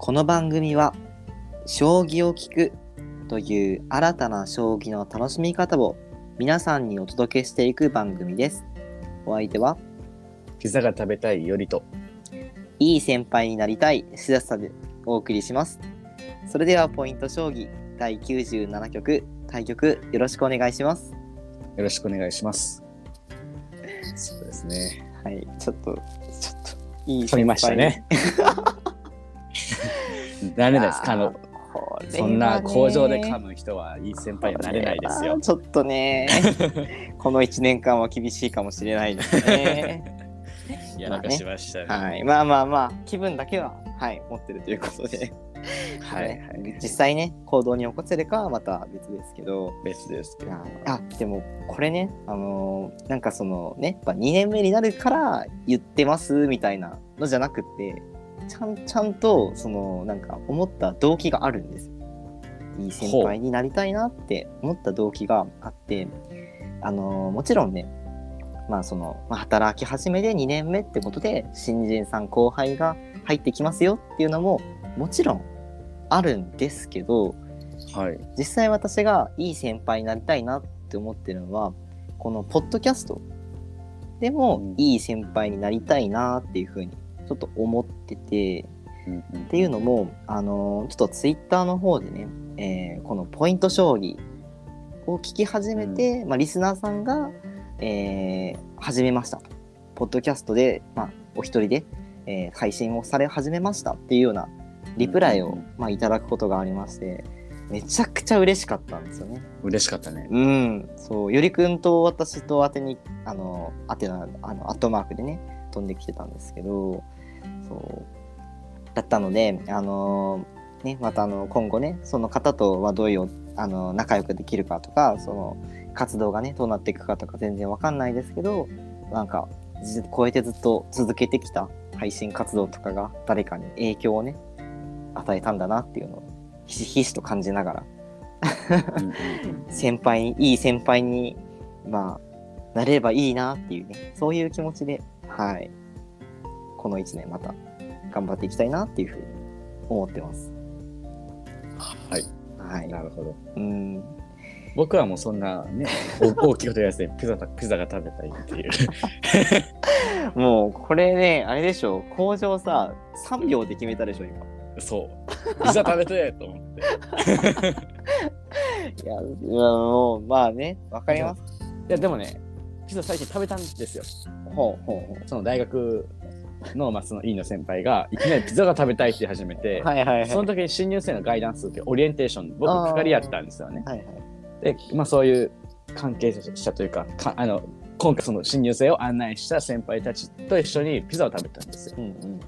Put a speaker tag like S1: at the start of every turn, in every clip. S1: この番組は「将棋を聞く」という新たな将棋の楽しみ方を皆さんにお届けしていく番組です。お相手は
S2: ピザが食べたいよりと。
S1: いい先輩になりたいシダさんでお送りします。それではポイント将棋第97局対局よろしくお願いします。
S2: よろしくお願いします。そうですね。
S1: はい、ちょっとちょっといい
S2: 飛びましたね。ダメです。
S1: あー
S2: あの、
S1: これはね
S2: そんな工場で噛む人はいい先輩にはなれないです
S1: これは
S2: よ。
S1: ちょっと ね、この1年間は厳しいかもしれないです ね。
S2: いや、なんかしましたね。
S1: はい、まあまあまあ、気分だけは、はい、持ってるということで、
S2: はいはい。
S1: ね実際ね、行動に起こせるかはまた別ですけど、
S2: 別ですけど。
S1: ああでもこれね、あのーなんかそのね、やっぱ2年目になるから言ってますみたいなのじゃなくて、ちゃんちゃんとそのなんか思った動機があるんです。いい先輩になりたいなって思った動機があって、あのーもちろんね、まあその、まあ、働き始めで2年目ってことで新人さん後輩が入ってきますよっていうのももちろんあるんですけど、
S2: はい。
S1: 実際私がいい先輩になりたいなって思ってるのはこのポッドキャストで
S2: う
S1: も
S2: ん
S1: いい先輩になりたいなっていうふうにちょっと思ってて
S2: っ
S1: っていうのも、あのーちょっとツイッターの方でね、えーこのポイント将棋を聞き始めて、まあ、リスナーさんが、えー始めましたポッドキャストで、まあ、お一人で、えー配信をされ始めましたっていうようなリプライを、
S2: うんうんうん
S1: まあ、いただくことがありましてめちゃくちゃ嬉しかったんですよね。
S2: 嬉しかった ね。
S1: うん、そう、よりくんと私と宛てに、あの、宛てな、あの、アットマークでね、飛んできてたんですけど、そう、だったので、あの、ね、またあの、今後ね、その方とはどういう、あの、仲良くできるかとか、その、活動がね、どうなっていくかとか全然わかんないですけど、なんか、ずこうやってずっと続けてきた配信活動とかが誰かに影響をね、与えたんだなっていうのを、ひしひしと感じながら、
S2: うんうん
S1: 先輩にいい先輩にまあなれればいいなっていうねそういう気持ちではいこの1年また頑張っていきたいなっていうふうに思ってます
S2: はい。
S1: はい
S2: なるほど。
S1: うん
S2: 僕はもうそんなね、お大きいこと言わせて、ピザたピザが食べたいっていう。
S1: もうこれねあれでしょ工場さ3秒で決めたでしょ今
S2: そう。ピザ食べてと思って。
S1: いやもうまあねわかります
S2: いや、でもね、ピザ最近食べたんですよ。
S1: ほうほうほ
S2: その大学の、まあ、その院の先輩がいきなりピザが食べたいって言い始めて、
S1: うはいはいはい
S2: その時に新入生のガイダンス受けオリエンテーション僕
S1: あー
S2: 係やったんですよね。
S1: はいはい
S2: で、まあ、そういう関係者というかかあの今回その新入生を案内した先輩たちと一緒にピザを食べたんですよ。
S1: うんうん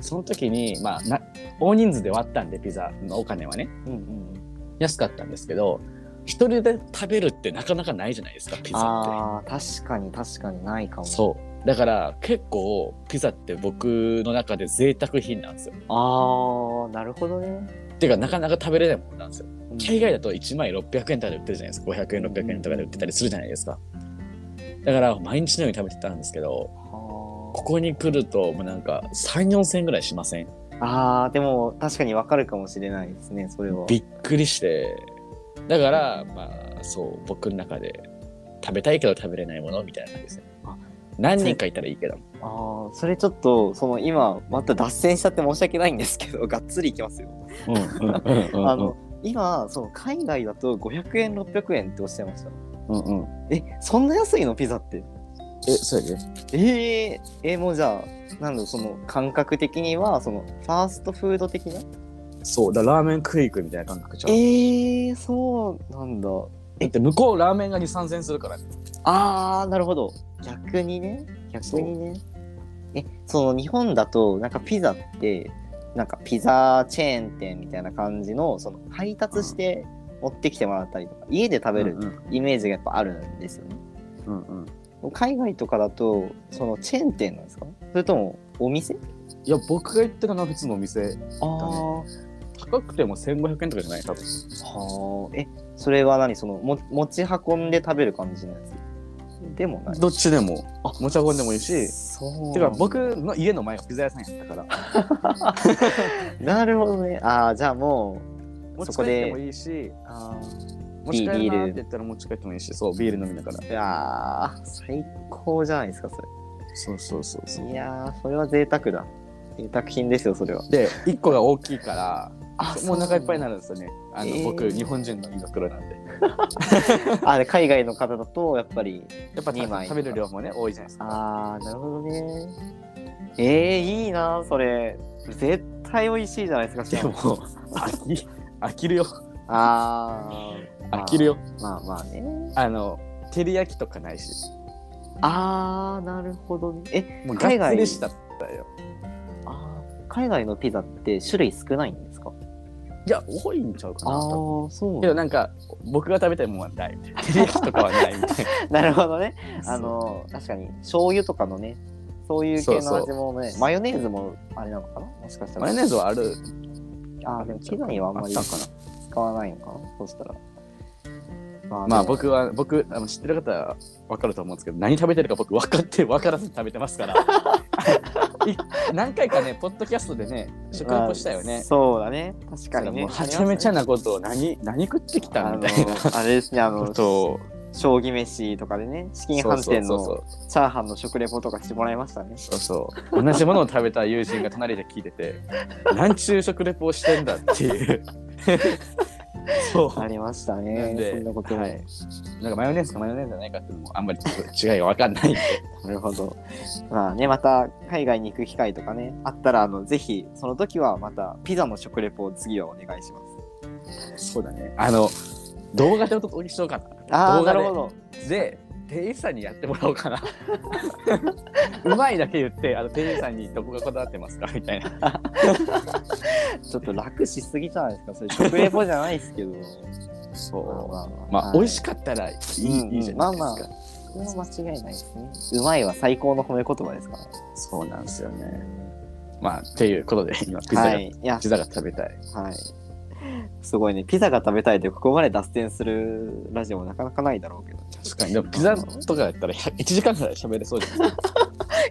S2: その時に、まあ、な大人数で割ったんでピザのお金はね
S1: うんうんうん
S2: 安かったんですけど一人で食べるってなかなかないじゃないですかピザって。
S1: ああ確かに確かにないかも
S2: そうだから結構ピザって僕の中で贅沢品なんですよ。
S1: ああなるほどね
S2: っていうかなかなか食べれないものなんですよ。
S1: うん
S2: 海外だと1枚600円とかで売ってるじゃないですか500円600円とかで売ってたりするじゃないですか。だから毎日のように食べてたんですけど
S1: はー
S2: ここに来るともうなんか3 4千円ぐらいしません
S1: あーでも確かにわかるかもしれないですねそれは
S2: びっくりしてだからまあそう僕の中で食べたいけど食べれないものみたいな感じですね
S1: あ。
S2: 何人かいたらいいけど
S1: あーそれちょっとその今また脱線しちゃって申し訳ないんですけど がっつりいきますよ、
S2: うん うんうんうんうん
S1: あの今その海外だと500円600円っておっしゃいました
S2: うんうん
S1: えそんな安いのピザって
S2: えそうやね
S1: えー、えもうじゃあなんだろうその感覚的にはそのファーストフード的な
S2: そうだからラーメン食い食いみたいな感覚ちゃ
S1: え
S2: う
S1: ー、そうなんだ
S2: だって向こうラーメンが2 3千円するからね
S1: あーなるほど逆にね逆にねえその日本だとなんかピザってなんかピザチェーン店みたいな感じのその配達して持ってきてもらったりとか家で食べる
S2: うん
S1: イメージがやっぱあるんですよね、
S2: うんうんうん
S1: 海外とかだとそのチェーン店なんですかそれともお店
S2: いや僕が行ってたのは普通のお店
S1: あ
S2: 高くても1500円とかじゃない多分
S1: はあえそれは何そのも持ち運んで食べる感じのやつでもない
S2: どっちでも持ち運んでもいいし
S1: そう
S2: てか僕の家の前がピザ屋さんやったから
S1: なるほどねああじゃあもう
S2: 持
S1: そ
S2: ち帰
S1: こ
S2: っ
S1: で
S2: てもいいし
S1: あ
S2: 持ち帰
S1: ビ
S2: る
S1: ー
S2: な
S1: ル
S2: って言ったら持ち帰ってもいいしそうビール飲みながら
S1: ーいやー最高じゃないですかそ
S2: そうそうそうそう
S1: れいやーそれは贅沢だ贅沢品ですよそれは
S2: で1個が大きいから
S1: あ
S2: もうお腹いっぱいになるんですよねあの、
S1: えー
S2: 僕日本人の胃袋なんで
S1: あで海外の方だとやっぱり
S2: やっぱ
S1: 二枚
S2: 食べる量もね多いじゃないですか
S1: ああなるほどねえー、いいなそれ絶対美味しいじゃないですかし
S2: で
S1: か
S2: も
S1: も
S2: 飽き飽きるよ
S1: ああ
S2: 飽きるよ
S1: まあまあね
S2: あの照り焼きとかないし
S1: あーなるほどねえ
S2: もう
S1: 海
S2: がっ
S1: 外
S2: つりしたったよ
S1: あー海外のピザって種類少ないんですか
S2: いや多いんちゃうかな
S1: ああ
S2: 多分
S1: ーそう
S2: けどなんか僕が食べたいもんはないみたいな照り焼きとか はないみたい
S1: なるほどね
S2: な
S1: あの確かに醤油とかのねそういう系の味もね
S2: そうそう
S1: マヨネーズもあれなのかなもしかしたら
S2: マヨネーズはある
S1: あーでもピザにはあんまり
S2: あったんか
S1: 使わないのかなそうしたらま
S2: まあ
S1: でも
S2: 僕は僕あの知ってる方は分かると思うんですけど何食べてるか僕分かって分からずに食べてますから い何回かねポッドキャストでね食レポしたよ
S1: まあ
S2: ね
S1: そうだね確か
S2: だから
S1: にね
S2: もうはちゃめちゃなことを何何食ってきたみたいな
S1: あのあれですねあ
S2: こ
S1: の
S2: とを
S1: 将棋飯とかでねチキン飯店
S2: そう
S1: の
S2: そう
S1: チャーハンの食レポとかしてもらいましたね
S2: そうそうそう同じものを食べた友人が隣で聞い てて何ちゅう食レポをしてんだっていうそう
S1: ありました
S2: なん
S1: ね
S2: で
S1: そんなことも
S2: はい、なんかマヨネーズかマヨネーズじゃないかっていうのもあんまりちょっと違いが分かんないんで
S1: なるほど。まあね、また海外に行く機会とかね、あったら、あの、ぜひ、その時はまたピザの食レポを次はお願いします。
S2: そうだねあの動画でお届けしようかな
S1: ああ、
S2: 動
S1: な
S2: 画で
S1: るほ ど。
S2: で店員さんにやってもらおう かなうまいだけ言ってあの店員さんにどこがこだわってますかみたいな
S1: ちょっと楽しすぎじゃないですか。それ食レポじゃないですけど。
S2: そ
S1: あ
S2: うまあ、
S1: はい
S2: 美味しかったらいい,、
S1: うん
S2: いいじゃないですか、
S1: まあまあそれは間違いないですね。うまいは最高の褒め言葉ですからね。
S2: そうなんですよねまあっていうことで今ピザが、
S1: はい。いや
S2: ピ、ザが食べたい
S1: はい。すごいね。ピザが食べたいでここまで脱線するラジオもなかなかないだろうけど。
S2: 確かにでもピザとかやったら1時間ぐらい喋れそうじ ゃない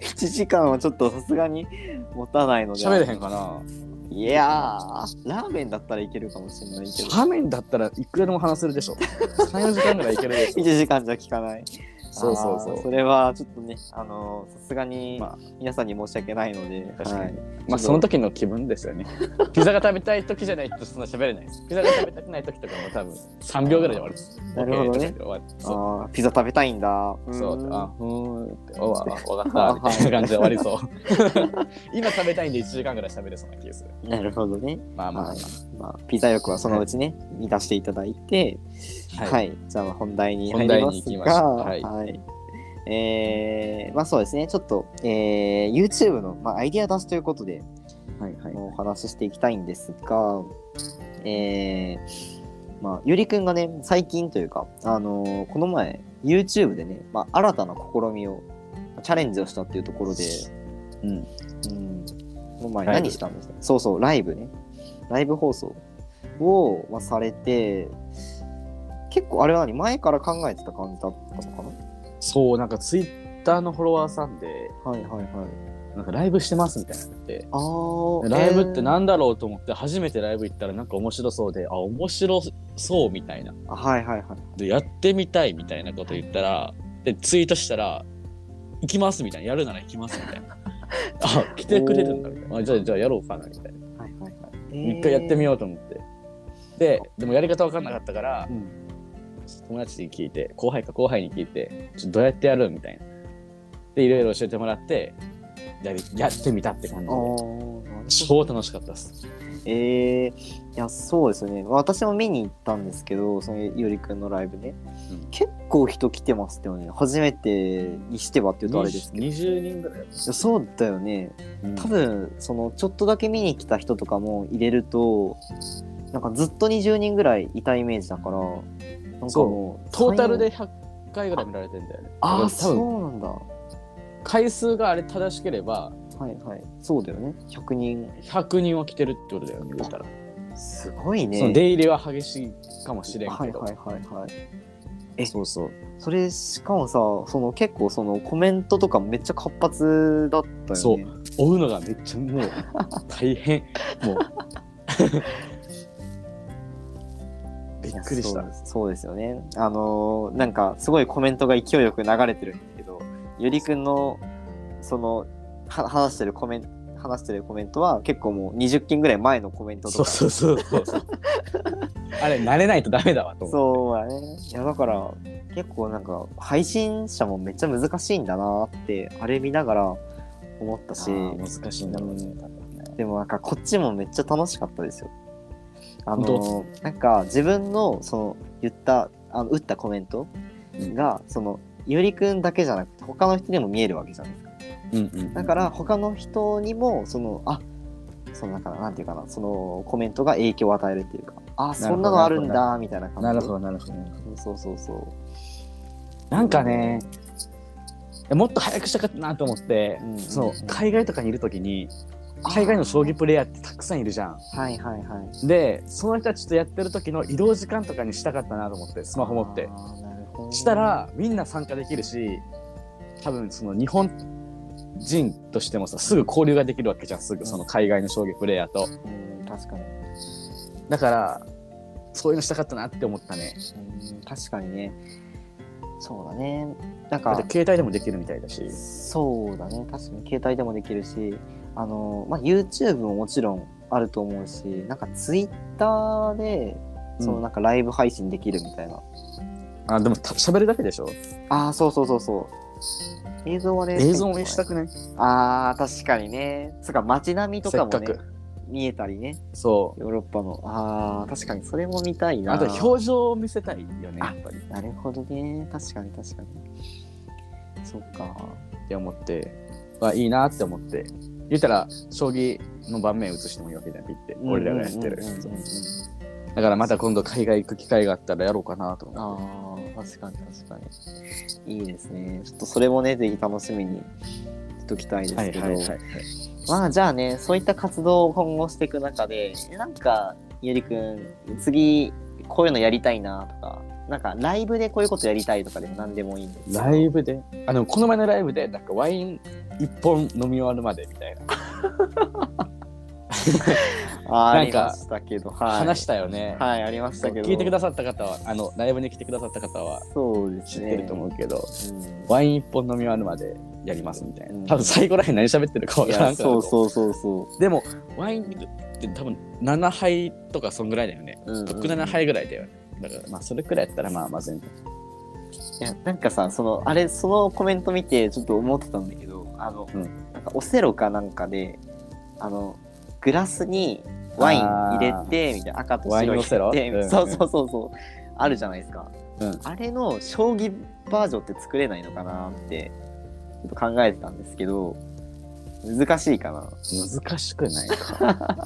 S1: 1時間はちょっとさすがに持たないので。
S2: 喋れへんかない
S1: やー、ラーメンだったらいけるかもしれないけど、
S2: ラーメンだったらいくらでも話せるでしょ。3、4時間ぐらいいけるでしょ。
S1: 1時間じゃ聞かない。
S2: そうそうそ
S1: あー
S2: う。
S1: それはちょっとね、あのーさすがに
S2: ま
S1: 皆さんに申し訳ないので、
S2: 確かに
S1: はい
S2: まあその時の気分ですよね。ピザが食べたい時じゃないとそんな喋れないです。ピザが食べたくない時とかも多分3秒ぐらいで終わるです。
S1: なるほどね
S2: OK とかで終わる。
S1: あ
S2: そう。
S1: ーピザ食べたいんだ。
S2: そう
S1: ーん
S2: あ、ふーんって、おわ、わかった、みたいな感じで終わ りそう。今食べたいんで1時間ぐらい喋れそうな気がする。
S1: なるほどね。
S2: まあまあま
S1: はいまあ、ピザ欲はそのうちね、満たしていただいて、
S2: あ。
S1: はい、
S2: はい。
S1: じゃあ本題に入
S2: 本
S1: り
S2: 題
S1: ます
S2: に行きましょ
S1: が、
S2: う
S1: は、
S2: はいい
S1: えー、まあそうですね、ちょっと、えー、YouTube の、まあ、アイデア出しということで、
S2: はいはい。
S1: お話ししていきたいんですが、えーまあ、ゆりくんがね、最近というか、あのーこの前、YouTube でね、まあ、新たな試みを、チャレンジをしたっていうところで、
S2: うん。
S1: うん、この前
S2: ライブ
S1: 何したんですかそうそう、ライブね。ライブ放送を、まあ、されて、結構あれは何前から考えてた感じだったのか
S2: そう、なんかツイッターのフォロワーさんで、
S1: なはいはいはい。
S2: なんかライブしてますみたいなのって。
S1: あー
S2: ライブって、なんだろうと思って初めてライブ行ったらなんか面白そうであ面白そうみたいな
S1: えーあはいはいはい。
S2: でやってみたいみたいなこと言ったらでツイートしたら行きますみたいなやるなら行きますみたい なあ来てくれるんだみたいなあじゃあじゃあやろうかなみたいな
S1: はいはいはい。
S2: 一回やってみ
S1: よ
S2: ようと思ってででもやり方わかんなかったから
S1: うん。
S2: 友達に聞いて後輩か後輩に聞いてちょっとどうやってやるみたいなでいろいろ教えてもらってやりやってみたって感
S1: あ
S2: じ
S1: ーなるほど
S2: で超楽しかったです
S1: えー、いやそうですよね私も見に行ったんですけどそのよりくんのライブね、
S2: うん
S1: 結構人来てますよね初めてにしてはっていうとあれですけどい
S2: 20人ぐらいやっ
S1: やそうだよね
S2: た
S1: 多分そのちょっとだけ見に来た人とかも入れるとなんかずっと20人ぐらいいたイメージだからなんかもう
S2: トータルで
S1: 三
S2: 100回ぐらい見られてんだよね。
S1: ああ
S2: だから多分
S1: そうなんだは
S2: 回数があれ正しければ
S1: いはいそうだよね100人
S2: 100人は来てるってことだよね、言うたら。
S1: すごいね
S2: その出入りは激しいかもしれん
S1: はい
S2: けど、
S1: はいはいはいえそうそうそれしかもさその結構そのコメントとかめっちゃ活発だったよね
S2: そう追うのがめっちゃもう大変もう びっくり し
S1: い
S2: た
S1: やそうそうですよねあのーなんかすごいコメントが勢いよく流れてるんですけどゆりくんのそのは話してるコメント話してるコメントは結構もう20件ぐらい前のコメントと
S2: そう
S1: か
S2: そうそうそうそうあれ慣れないとダメだわと思う
S1: そうやねいやだから結構なんか配信者もめっちゃ難しいんだなってあれ見ながら思ったし
S2: 難しいんだろうね
S1: うんでもなんかこっちもめっちゃ楽しかったですよ。あの
S2: 本
S1: なんか自分のその言ったあの打ったコメントが、そのゆりくんだけじゃなくて他の人にも見えるわけじゃないですか。
S2: うんうん
S1: だから他の人にもそのあそのなんかなんていうかなそのコメントが影響を与えるっていうかあそんなのあるんだみたいな感じ
S2: なるほどなるほど
S1: そうそうそう
S2: なんかねいやもっと早くしたかったなと思って、
S1: うん
S2: その海外とかにいる時に海外の将棋プレイヤーってたくさんいるじゃん
S1: はいはいはい
S2: でその人たちとやってる時の移動時間とかにしたかったなと思ってスマホ持って
S1: あーなるほど
S2: したらみんな参加できるし多分その日本人としてもさすぐ交流ができるわけじゃんすぐその海外の将棋プレイヤーと
S1: うん確かに
S2: だからそういうのしたかったなって思ったね
S1: うん確かにねそうだねなん
S2: だっ
S1: か
S2: て携帯でもできるみたいだし
S1: そうだね確かに携帯でもできるしあの、まあ、YouTube ももちろんあると思うしなんか Twitter でその
S2: うん
S1: なんかライブ配信できるみたいな、
S2: あでもた喋るだけでしょ
S1: ああそうそうそうそう映像はね
S2: 映像もしたくない
S1: あー確かにねつうか街並みと
S2: せ
S1: か
S2: っ
S1: も
S2: か
S1: ね
S2: く
S1: 見えたりね
S2: そ
S1: ヨーロッパのあー確かにそれも見たいうな
S2: あと表情を見せたいよねやっぱりっ
S1: なるほどね確かに確かにそっか
S2: て思ってはいいなって思って言ったら将棋の盤面映してもいいわけじゃんピッて俺らがやってる
S1: うんうんうんうんうん
S2: だからまた今度海外行く機会があったらやろうかなと思って
S1: ああ、確かに確かに。いいですね。ちょっとそれもね、ぜひ楽しみにしときたいですけど。まあじゃあね、そういった活動を今後していく中で、えなんか、ゆりくん、次、こういうのやりたいなとか、なんかライブでこういうことやりたいとかでも何でもいいんです
S2: ライブであのこの前のライブでなんかワイン一本飲み終わるまでみたいな、
S1: あーあ
S2: なん
S1: り
S2: か
S1: ましたけど、はい。
S2: 話したよね、
S1: はい、ありましたけど。
S2: 聞いてくださった方はあのライブに来てくださった方は
S1: そうです
S2: 知っ
S1: ね。
S2: てると思うけど、
S1: うん
S2: ワイン一本飲み終わるまでやりますみたいな、
S1: うん
S2: 多分最後らへん何喋ってる かわ
S1: い
S2: から
S1: や
S2: んから
S1: そうそうそうそ
S2: でもワインって多分7杯とかそんぐらいだよね
S1: う。うん
S2: 特7杯ぐらいだよねだからまあそれくらいやったらまあまあ全然
S1: いやなんかさそのあれそのコメント見てちょっと思ってたんだけどあの、
S2: うん
S1: なんかオセロかなんかであのグラスにワイン入れてみたいな赤と白入
S2: ワ
S1: れ
S2: イン
S1: て
S2: オセロ
S1: そうそうそうそう、あるじゃないですか、
S2: うん
S1: あれの将棋バージョンって作れないのかなってちょっと考えてたんですけど難しいかな
S2: 難しくないか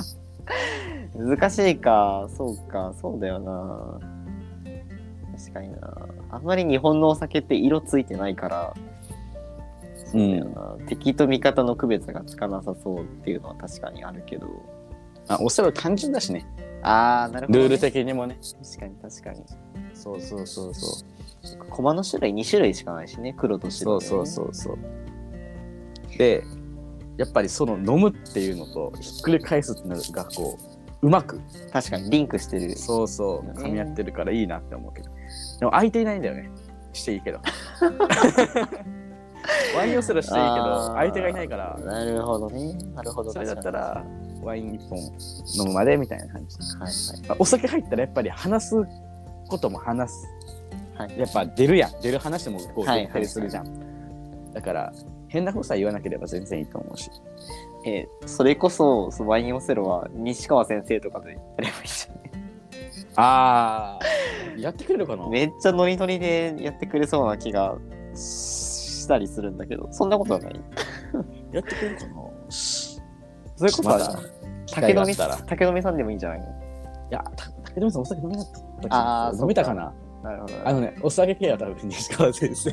S1: 難しいかそうかそうだよな確かになあんまり日本のお酒って色ついてないからそうだよな、敵と味方の区別がつかなさそうっていうのは確かにあるけど
S2: あおそらく単純だしね
S1: ああなるほど、
S2: ル
S1: ね、
S2: ール的にもね
S1: 確かに確かに
S2: そうそうそうそう
S1: 駒の種類2種類しかないしね黒と白
S2: そう
S1: でね、
S2: そうそうそうでやっぱりその飲むっていうのとひっくり返すっていうのがこううまく
S1: 確かにリンクしてる
S2: そうそう噛み合ってるからいいなって思うけどでも相手いないんだよねしていいけ どワイン寄せろしていいけ
S1: あ
S2: ど
S1: ー
S2: 相手がいないから
S1: なるほどねなるほど
S2: それだった
S1: 確から
S2: ワイン一本飲むまでみたいな感じ
S1: にはい
S2: お酒入ったらやっぱり話すことも話す
S1: はいはい
S2: やっぱ出るやん出る話もこう
S1: はい
S2: 出たりするじゃん、だから変なことさえ言わなければ全然いいと思うし
S1: えーそれこそそのワインオセロは西川先生とかとやればいいじゃん
S2: ああやってくれるかな
S1: めっちゃノリノリでやってくれそうな気がしたりするんだけどそんなことはない
S2: やってくれるかな
S1: それこそ
S2: ま
S1: あ
S2: だ
S1: れ
S2: 機
S1: 竹
S2: 会
S1: の
S2: があっ
S1: み
S2: たらい
S1: 竹のみさんでもいいんじゃないの
S2: やた竹富さんお酒飲めなかった
S1: あー
S2: っけ飲めたかな
S1: なるほど
S2: あのねお酒系は多分西川先生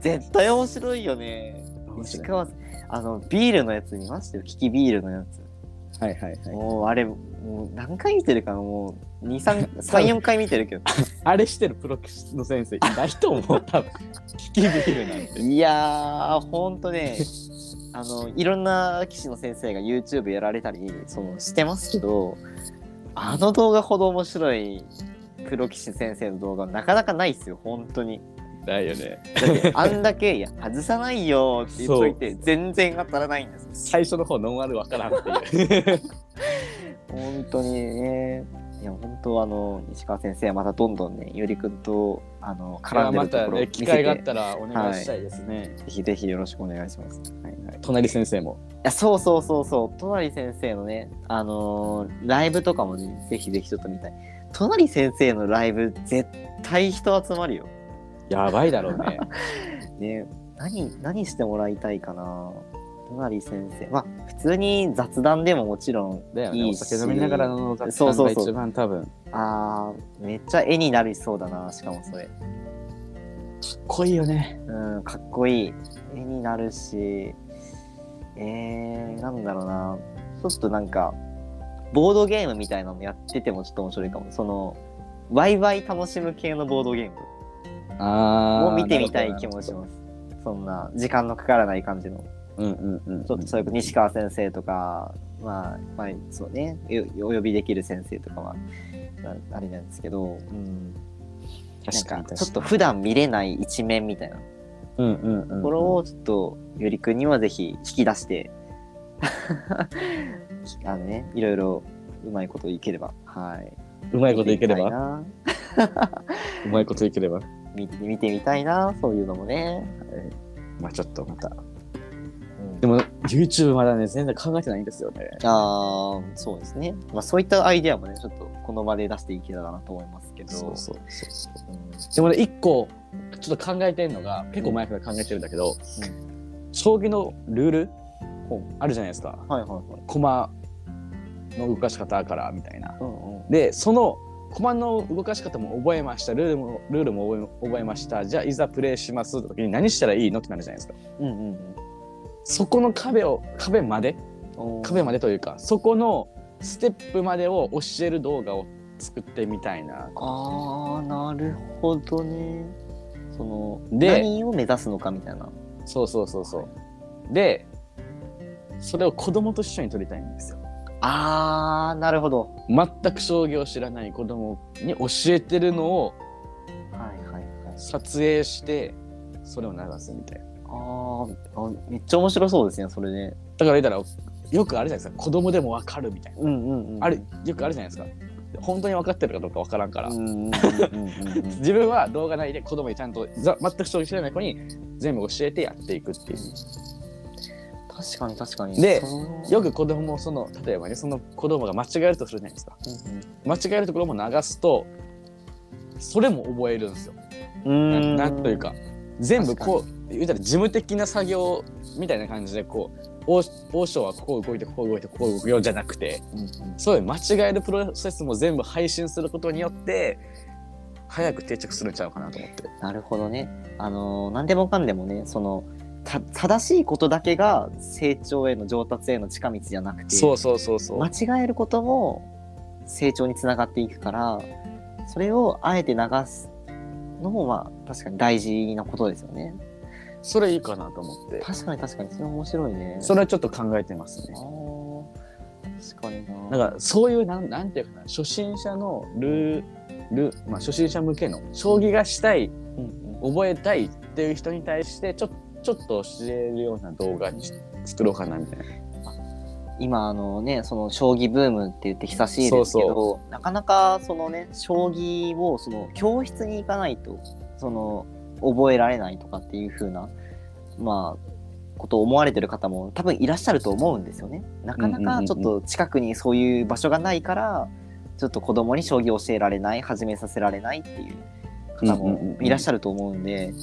S1: 絶対面白いよね石川あのビールのやつ見ましたよキキビールのやつ
S2: はいはいはい
S1: もうあれもう何回見てるかなも二三 三四回見てるけど。
S2: あれしてるプロ棋士の先生いないと思う、 多分。聞きビールなんて。
S1: いやー、ほんと ね、あの、いろんな棋士の先生が YouTube やられたり、その、してますけど、あの動画ほど面白いプロ棋士先生の動画はなかなかないっすよ、本当に。
S2: ないよね。
S1: だ って、あんだけ、いや、外さないよって言っといて、全然当たらないんです。
S2: 最初の方ノンアルわか らんっていう。
S1: 本当にね。いや本当あの石川先生はまたどんどんねゆりくんとあの絡んで
S2: ま
S1: ると
S2: た
S1: ころを
S2: ね、
S1: 見
S2: 機
S1: せ
S2: 会
S1: て、
S2: があったらお願いしたいですね。
S1: ぜひぜひよろしくお願いします。はいはい。
S2: 隣先生も。
S1: いやそうそうそうそう隣先生のねあのーライブとかもねぜひぜひちょっと見たい隣先生のライブ絶対人集まるよ
S2: やばいだろう ね。
S1: ね何何してもらいたいかな隣先生まあ普通に雑談でももちろん
S2: だよね。
S1: い
S2: お
S1: いし
S2: 酒飲みながらの雑
S1: そう
S2: 談
S1: そう
S2: が
S1: そう
S2: 一番多分。
S1: あーめっちゃ絵になりそうだなしかもそれ
S2: 濃いよね。
S1: うんかっこいい絵になるしえー、なんだろうなちょっとなんかボードゲームみたいなのやっててもちょっと面白いかもそのワイワイ楽しむ系のボードゲーム
S2: あ
S1: を見てみたい気
S2: 持
S1: もしますそんな時間のかからない感じの
S2: うんうんうん。
S1: ちょっとそれこそ西川先生とかまあまあそうねよお呼びできる先生とかはなあれなんですけど、うん、
S2: 確か
S1: なん
S2: に
S1: かちょっと普段見れない一面みたいな
S2: うんうんうん。
S1: ところをちょっとよりくんにはぜひ引き出して あのねいろいろうまいこといければはいう
S2: まいこといけれ
S1: 見てみた
S2: ば。
S1: な
S2: うまいこといければ。
S1: 見て見てみたいなそういうのもね、
S2: まあちょっとまた。
S1: うん
S2: でも YouTube まだね、全然考えてないんですよね。
S1: あーそうですね、まあ、そういったアイデアもねちょっとこの場で出していけたらなと思いますけど
S2: そうそうそうそう。
S1: うん
S2: でもね、一個、ちょっと考えてるのが、結構前から考えてるんだけど、将棋のルール、あるじゃないですか。
S1: はいはいはい
S2: 駒の動かし方から、みたいな。
S1: うんうん
S2: で、その、駒の動かし方も覚えました、ルールもルールも覚え覚えました、じゃあいざプレイしますって時に何したらいいのってなるじゃないですか。
S1: うんうん
S2: そこの壁を、壁まで、
S1: うん
S2: 壁までというか、そこのステップまでを教える動画を作ってみたいな。
S1: ああなるほどねその
S2: で
S1: 何を目指すのかみたいな
S2: そうそうそうそう。で、それを子供と一緒に撮りたいんですよ。
S1: あーなるほど
S2: 全く将棋を知らない子供に教えてるのを
S1: はいはいはい
S2: 撮影して、それを流すみたいな。
S1: あーあめっちゃ面白そうですねそれね
S2: だから言ったら、よくあるじゃないですか。子供でもわかるみたいな。
S1: うんうんうん
S2: あれ、よくあるじゃないですか。本当に分かってるかどうかわからんから
S1: うん。うんうんうんうん
S2: 自分は動画内で子供にちゃんとざ全く将棋知らない子に全部教えてやっていくっていう。
S1: 確かに確かに
S2: で
S1: その
S2: よく子供もその、例えばね、その子供が間違えるとするじゃないですか。間違えるところも流すとそれも覚えるんですよ。
S1: うんうん
S2: な
S1: うん
S2: なんというか全部こう言うたら事務的な作業みたいな感じでこう王王将はここ動いてここ動いてここ動くよじゃなくて
S1: うんうん
S2: そういう間違えるプロセスも全部配信することによって早く定着するんちゃうかなと思って。
S1: なるほどねあのー何でもかんでもねそのた正しいことだけが成長への上達への近道じゃなくて
S2: そうそうそうそう。
S1: 間違えることも成長につながっていくからそれをあえて流すのもまあ確かに大事なことですよね
S2: それいいかなと思って。
S1: 確かに確かにそれ面白いね
S2: それはちょっと考えてますね
S1: あ。ー確かにな。
S2: なんかそういうなんなんていうかな初心者のルール、まあ、初心者向けの将棋がしたい
S1: うんうん
S2: 覚えたいっていう人に対してちょちょっと教えるような動画にし作ろうかなみたいな。
S1: 今あのねその将棋ブームって言って久しいですけどなかなかそのね将棋をその教室に行かないとその覚えられないとかっていう風なまあことを思われてる方も多分いらっしゃると思うんですよね。なかなかちょっと近くにそういう場所がないからちょっと子供に将棋を教えられない始めさせられないっていう方
S2: うんうんうん
S1: も
S2: うん
S1: いらっしゃると思うんで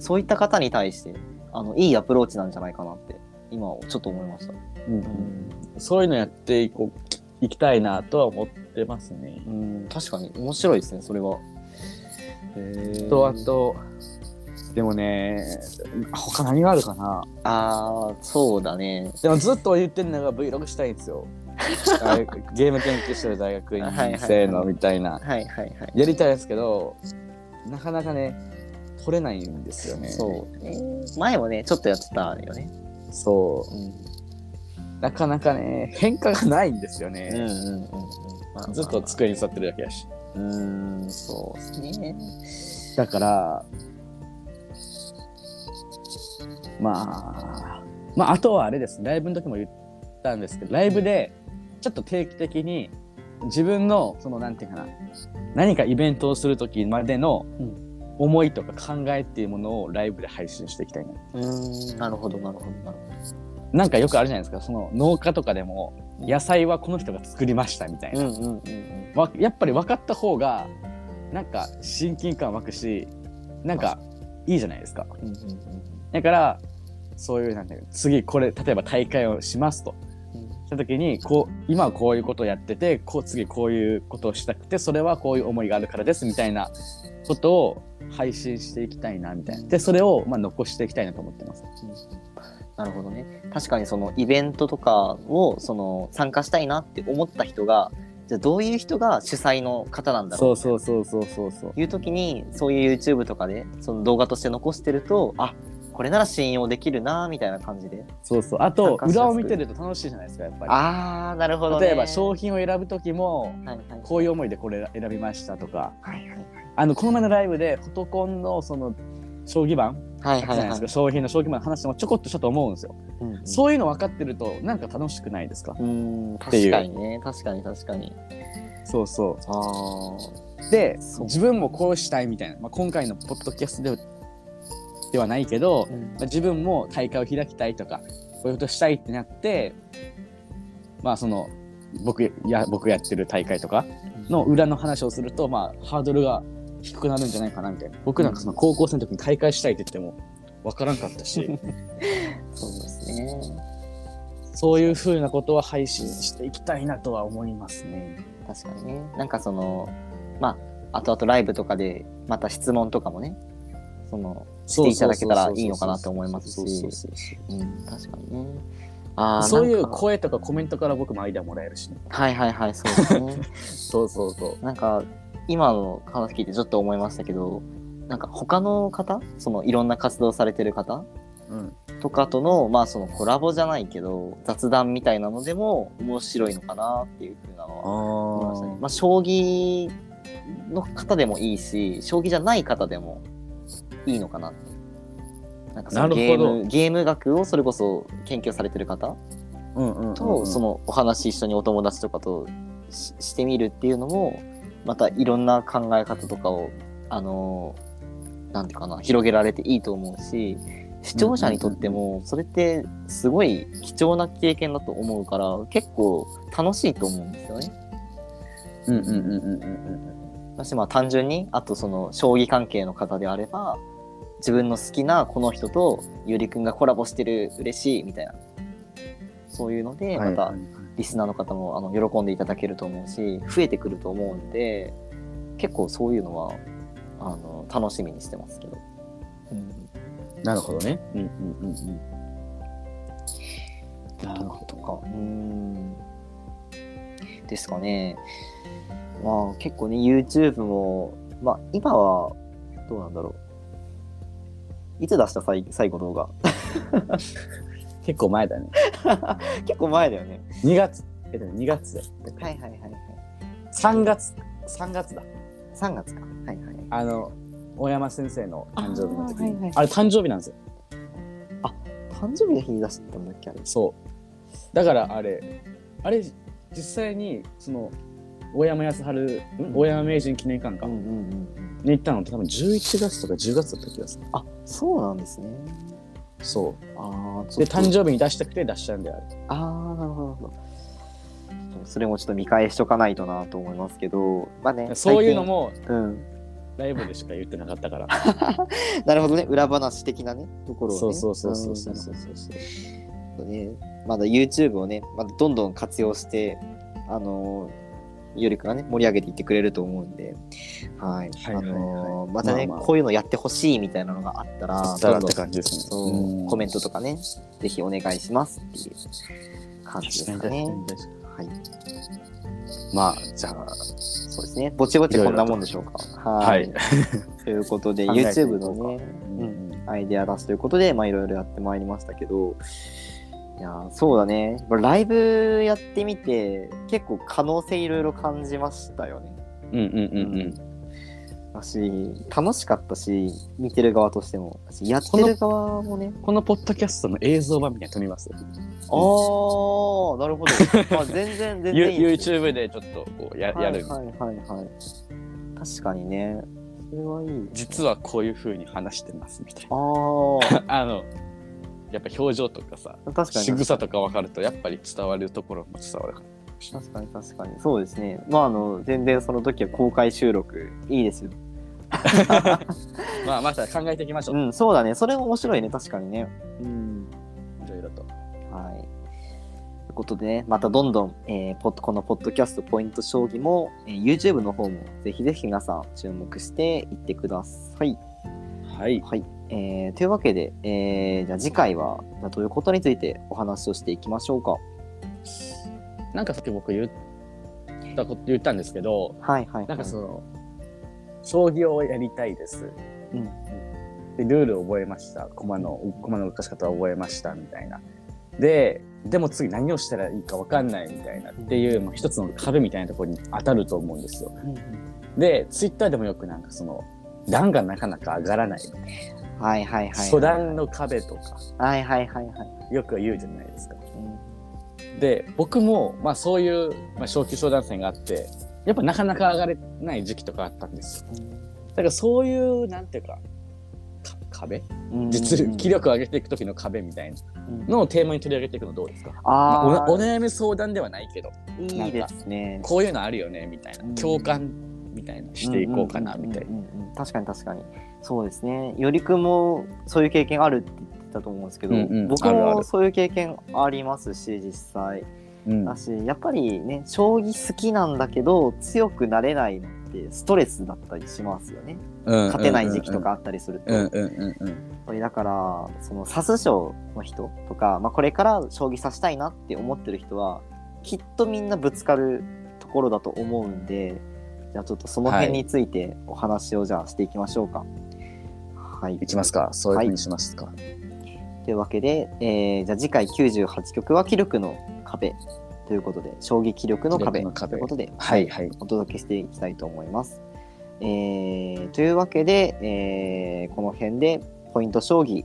S1: そういった方に対してあのいいアプローチなんじゃないかなって今ちょっと思いました。
S2: そういうのやっていこういきたいなとは思ってますね。
S1: うん、確かに面白いですね、それは。
S2: とあとでもね他何があるかな
S1: ああ、そうだね。
S2: でもずっと言ってるのが Vlog したいんですよ。大 学ゲーム研究してる大学院生のみたいな
S1: はいはいはい。
S2: やりたいですけどなかなかね取れないんですよね
S1: そうね。前もね、ちょっとやってたよね。
S2: そう
S1: うん。
S2: なかなかね変化がないんですよ
S1: うんうん
S2: ね、
S1: うんうんまあ。
S2: ずっと机に座ってるだけやし
S1: うーん、そうですね。
S2: だからまあまああとはあれですライブの時も言ったんですけどライブでちょっと定期的に自分のそのなんていうかな何かイベントをする時までの
S1: う
S2: 思いとか考えっていうものをライブで配信していきたいな
S1: うーん、なるほどなるほどなる
S2: なんかよくあるじゃないですかその農家とかでも野菜はこの人が作りましたみたい
S1: ほ
S2: な
S1: ど。う、んうんうん
S2: わやっぱり分かった方がなんか親近感湧くしなんかいいじゃないですか
S1: うんうんうん
S2: だからそういうなんだろう次これ例えば大会をしますとした時にこう今はこういうことをやっててこう次こういうことをしたくてそれはこういう思いがあるからですみたいなことを配信していきたいなみたいなでそれをまあ残していきたいなと思ってます
S1: なるほどね。確かにそのイベントとかをその参加したいなって思った人が、じゃあどういう人が主催の方なんだろう
S2: そうそうそうそうそうそう
S1: いう時にそういう YouTube とかでその動画として残してるとあこれなら信用できるなみたいな感じで
S2: そうそうあ
S1: 参
S2: と
S1: 加しやすく
S2: 裏を見てると楽しいじゃないですかやっぱ
S1: ああなるほど、
S2: り
S1: ね、
S2: 例えば商品を選ぶ時も
S1: はいはい
S2: こういう思いでこれ選びましたとか
S1: はいはい
S2: あのこの前のライブでフォトコンのその将棋盤
S1: はい
S2: じゃな
S1: はいいは
S2: ですか
S1: い
S2: 商品の将棋盤の話もちょこっとしたと思うんです
S1: う
S2: よ、
S1: んうん
S2: そういうの分かってるとなんか楽しくないですか
S1: うん
S2: て
S1: 確
S2: いう
S1: かにね確かに確かに
S2: そうそ
S1: ああ
S2: うで
S1: そう
S2: 自分もこうしたいみたいな、まあ、今回のポッドキャストではではないけど、まあ、自分も大会を開きたいとかこういうことしたいってなってまあその僕や僕やってる大会とかの裏の話をすると、まあ、ハードルが低くなるんじゃないかなみたいな僕なんかその高校生の時に大会したいって言っても分からんかったし
S1: そうですね
S2: そういうふうなことは配信していきたいなとは思いますね。
S1: 確かにねなんかそのまああとあとライブとかでまた質問とかもねその
S2: して
S1: いただけたらいいのかなと思いますしうん確かにねあー
S2: そうい
S1: な
S2: うん
S1: か
S2: 声とかコメントから僕もアイデアもらえるしね、
S1: はいはいはいそうですね
S2: そうそうそう
S1: なんか今の話聞いてちょっと思いましたけどなんか他の方そのいろんな活動されてる方
S2: うん、
S1: とかとのまあそのコラボじゃないけど雑談みたいなのでも面白いのかなっていうふうなのは思いましたね。
S2: あ
S1: まあ、将棋の方でもいいし将棋じゃない方でもいいのかなって。なんかその
S2: なる
S1: ゲ
S2: ほ
S1: ー
S2: ど
S1: ムゲーム学をそれこそ研究されてる方
S2: うんうんうんうん
S1: と、そのお話一緒にお友達とかとししてみるっていうのもまたいろんな考え方とかをあのーなんていうかな広げられていいと思うし視聴者にとってもそれってすごい貴重な経験だと思うから結構楽しいと思うんですよね。
S2: うんうんうんうんうん
S1: だしまあ単純にあとその将棋関係の方であれば自分の好きなこの人とゆりくんがコラボしてる嬉しいみたいなそういうの
S2: う
S1: で
S2: ん
S1: また
S2: はいはい
S1: リスナーの方もあの喜んでいただけると思うし増えてくると思うんで結構そういうのはあの楽しみにしてますけど、うん、
S2: なるほどねうんうんうんうんなるほ
S1: と
S2: ど
S1: かうんですかねまあ結構ね YouTube もまあ今はどうなんだろういつ出した最最後動画
S2: 結構前だね
S1: 結構前だよね
S2: 2月えっとね2月だ
S1: はいはいはいはい
S2: 3月3月だ
S1: 3月かはいはい
S2: あの大山先生の誕生日の時に
S1: あーはいはい
S2: あれ誕生日なんですよ
S1: 誕生日の日に出してたんだっけあれ
S2: そうだからあれあれ実際にその大山康晴、ん大山名人記念館か、
S1: うんう
S2: に
S1: んうんうん
S2: 行ったのって多分11月とか10月だった気がする
S1: あそうなんですね
S2: そ
S1: ああ
S2: うで誕生日に出したくて出したんである
S1: ああなるほどなるほどそうそれもちょっと見返しとかないとなと思いますけどまあね
S2: そういうのも
S1: 最近うん
S2: ライブでしか言ってなかったから
S1: なるほどね裏話的なねところを、ね、
S2: そうそうそうそうそ
S1: ん
S2: うそうそうそう
S1: なるほどねまだ YouTube をねまだどんどん活用してあのーゆりくんがね盛り上げていってくれると思うんで、はい、
S2: はいはいはい
S1: あのーまたね、
S2: まあまあ
S1: こういうのやってほしいみたいなのがあったら、
S2: あった
S1: ど
S2: らっ
S1: んどん
S2: て感じですね
S1: そうコメントとかね、ぜひお願いしますっていう感じ
S2: 確
S1: です
S2: かに
S1: か
S2: 確か
S1: ね。
S2: に確かに
S1: はい。
S2: まあ、じゃあ、
S1: そうですね。ぼちぼちこんなもんでしょうか。
S2: は。
S1: はい ということで、
S2: 考えていこ
S1: YouTube
S2: うか
S1: のね、
S2: う
S1: うん
S2: ん
S1: アイデア出すということで、まあ、いろいろやってまいりましたけど、いやーそうだね。やっぱライブやってみて、結構可能性いろいろ感じましたよね。
S2: うんうんうんうん。
S1: だし、楽しかったし、見てる側としても、だしやってる側もね。
S2: このポッドキャストの映像版みたいなの撮ります
S1: あー、なるほど。まあ、全然、全
S2: ゆ
S1: 然いいですよ。
S2: YouTube でちょっとこうややる、
S1: はいはいはいはい。確かにね。それはいい。
S2: 実はこういう風に話してますみたい
S1: あー、
S2: なあのやっぱ表情とかさ
S1: 確かに
S2: 仕。草とか分かるとやっぱり伝わるところも伝わるから
S1: 確かに確かにそうですねまああの全然その時は公開収録いいですよ
S2: まあまた考えていきましょ
S1: う
S2: う、
S1: んそうだねそれ面白いね確かにねうん
S2: いろいろと
S1: はいということでねまたどんどん、えーポッこのポッドキャストポイント将棋も、えー YouTube の方もぜひぜひ皆さん注目していってください
S2: はい
S1: はい、えーというわけで、えーじゃあ次回はじゃあどういうことについてお話をしていきましょうか
S2: なんかさっき僕言ったこと言ったんですけど
S1: はいはい、はい、
S2: なんかその将棋をやりたいです
S1: うん
S2: でルールを覚えました駒の駒の動かし方を覚えましたみたいなででも次何をしたらいいか分かんないみたいなっていう、まあ、一つの壁みたいなところに当たると思うんですよ
S1: うん
S2: でツイッターでもよくなんかその段がなかなか上がらない
S1: はいはいはい
S2: 初段の壁とか
S1: はいはいはいはい
S2: よく言うじゃないですか
S1: うん
S2: で僕もまあそういう、まあ、昇級昇段戦があってやっぱなかなか上がれない時期とかあったんですよだからそういうなんていうかか壁
S1: うん
S2: 実力気力を上げていく時の壁みたいな
S1: うん
S2: のをテーマに取り上げていくのどうですかまあ
S1: あ
S2: お
S1: ー
S2: なお悩み相談ではないけど
S1: いいですね。
S2: こういうのあるよねみたいな
S1: うん
S2: 共感みたいなしていこうかなみたい
S1: うんうんうんうん。確かに確かに。そうですね。よりくんもそういう経験あるって言ってたと思うんですけど、
S2: うんうん
S1: 僕
S2: あるある
S1: もそういう経験ありますし、実際。
S2: な
S1: だ。し、やっぱりね、将棋好きなんだけど、強くなれないのってストレスだったりしますよね。
S2: 勝
S1: 勝てない時期と。かあったりすると。
S2: うん
S1: や
S2: う
S1: っ
S2: んうんうん。
S1: ぱりだから、その指す将の人とか、まあ、これから将棋指したいなって思ってる人は、きっとみんなぶつかるところだと思うんで、じゃあちょっとその辺についてお話をじゃあしていきましょうか。はい。
S2: いきますか。そういうふうにしますか。
S1: というわけで、えーじゃあ次回98曲は気力の壁ということで、将棋気力の壁
S2: 気力の壁
S1: ということで、
S2: はいはい。
S1: お届けしていきたいと思います。えーというわけで、えーこの辺でポイント将棋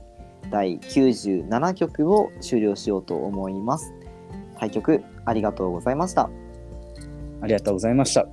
S1: 第97局を終了しようと思います。対局ありがとうございました。
S2: ありがとうございました。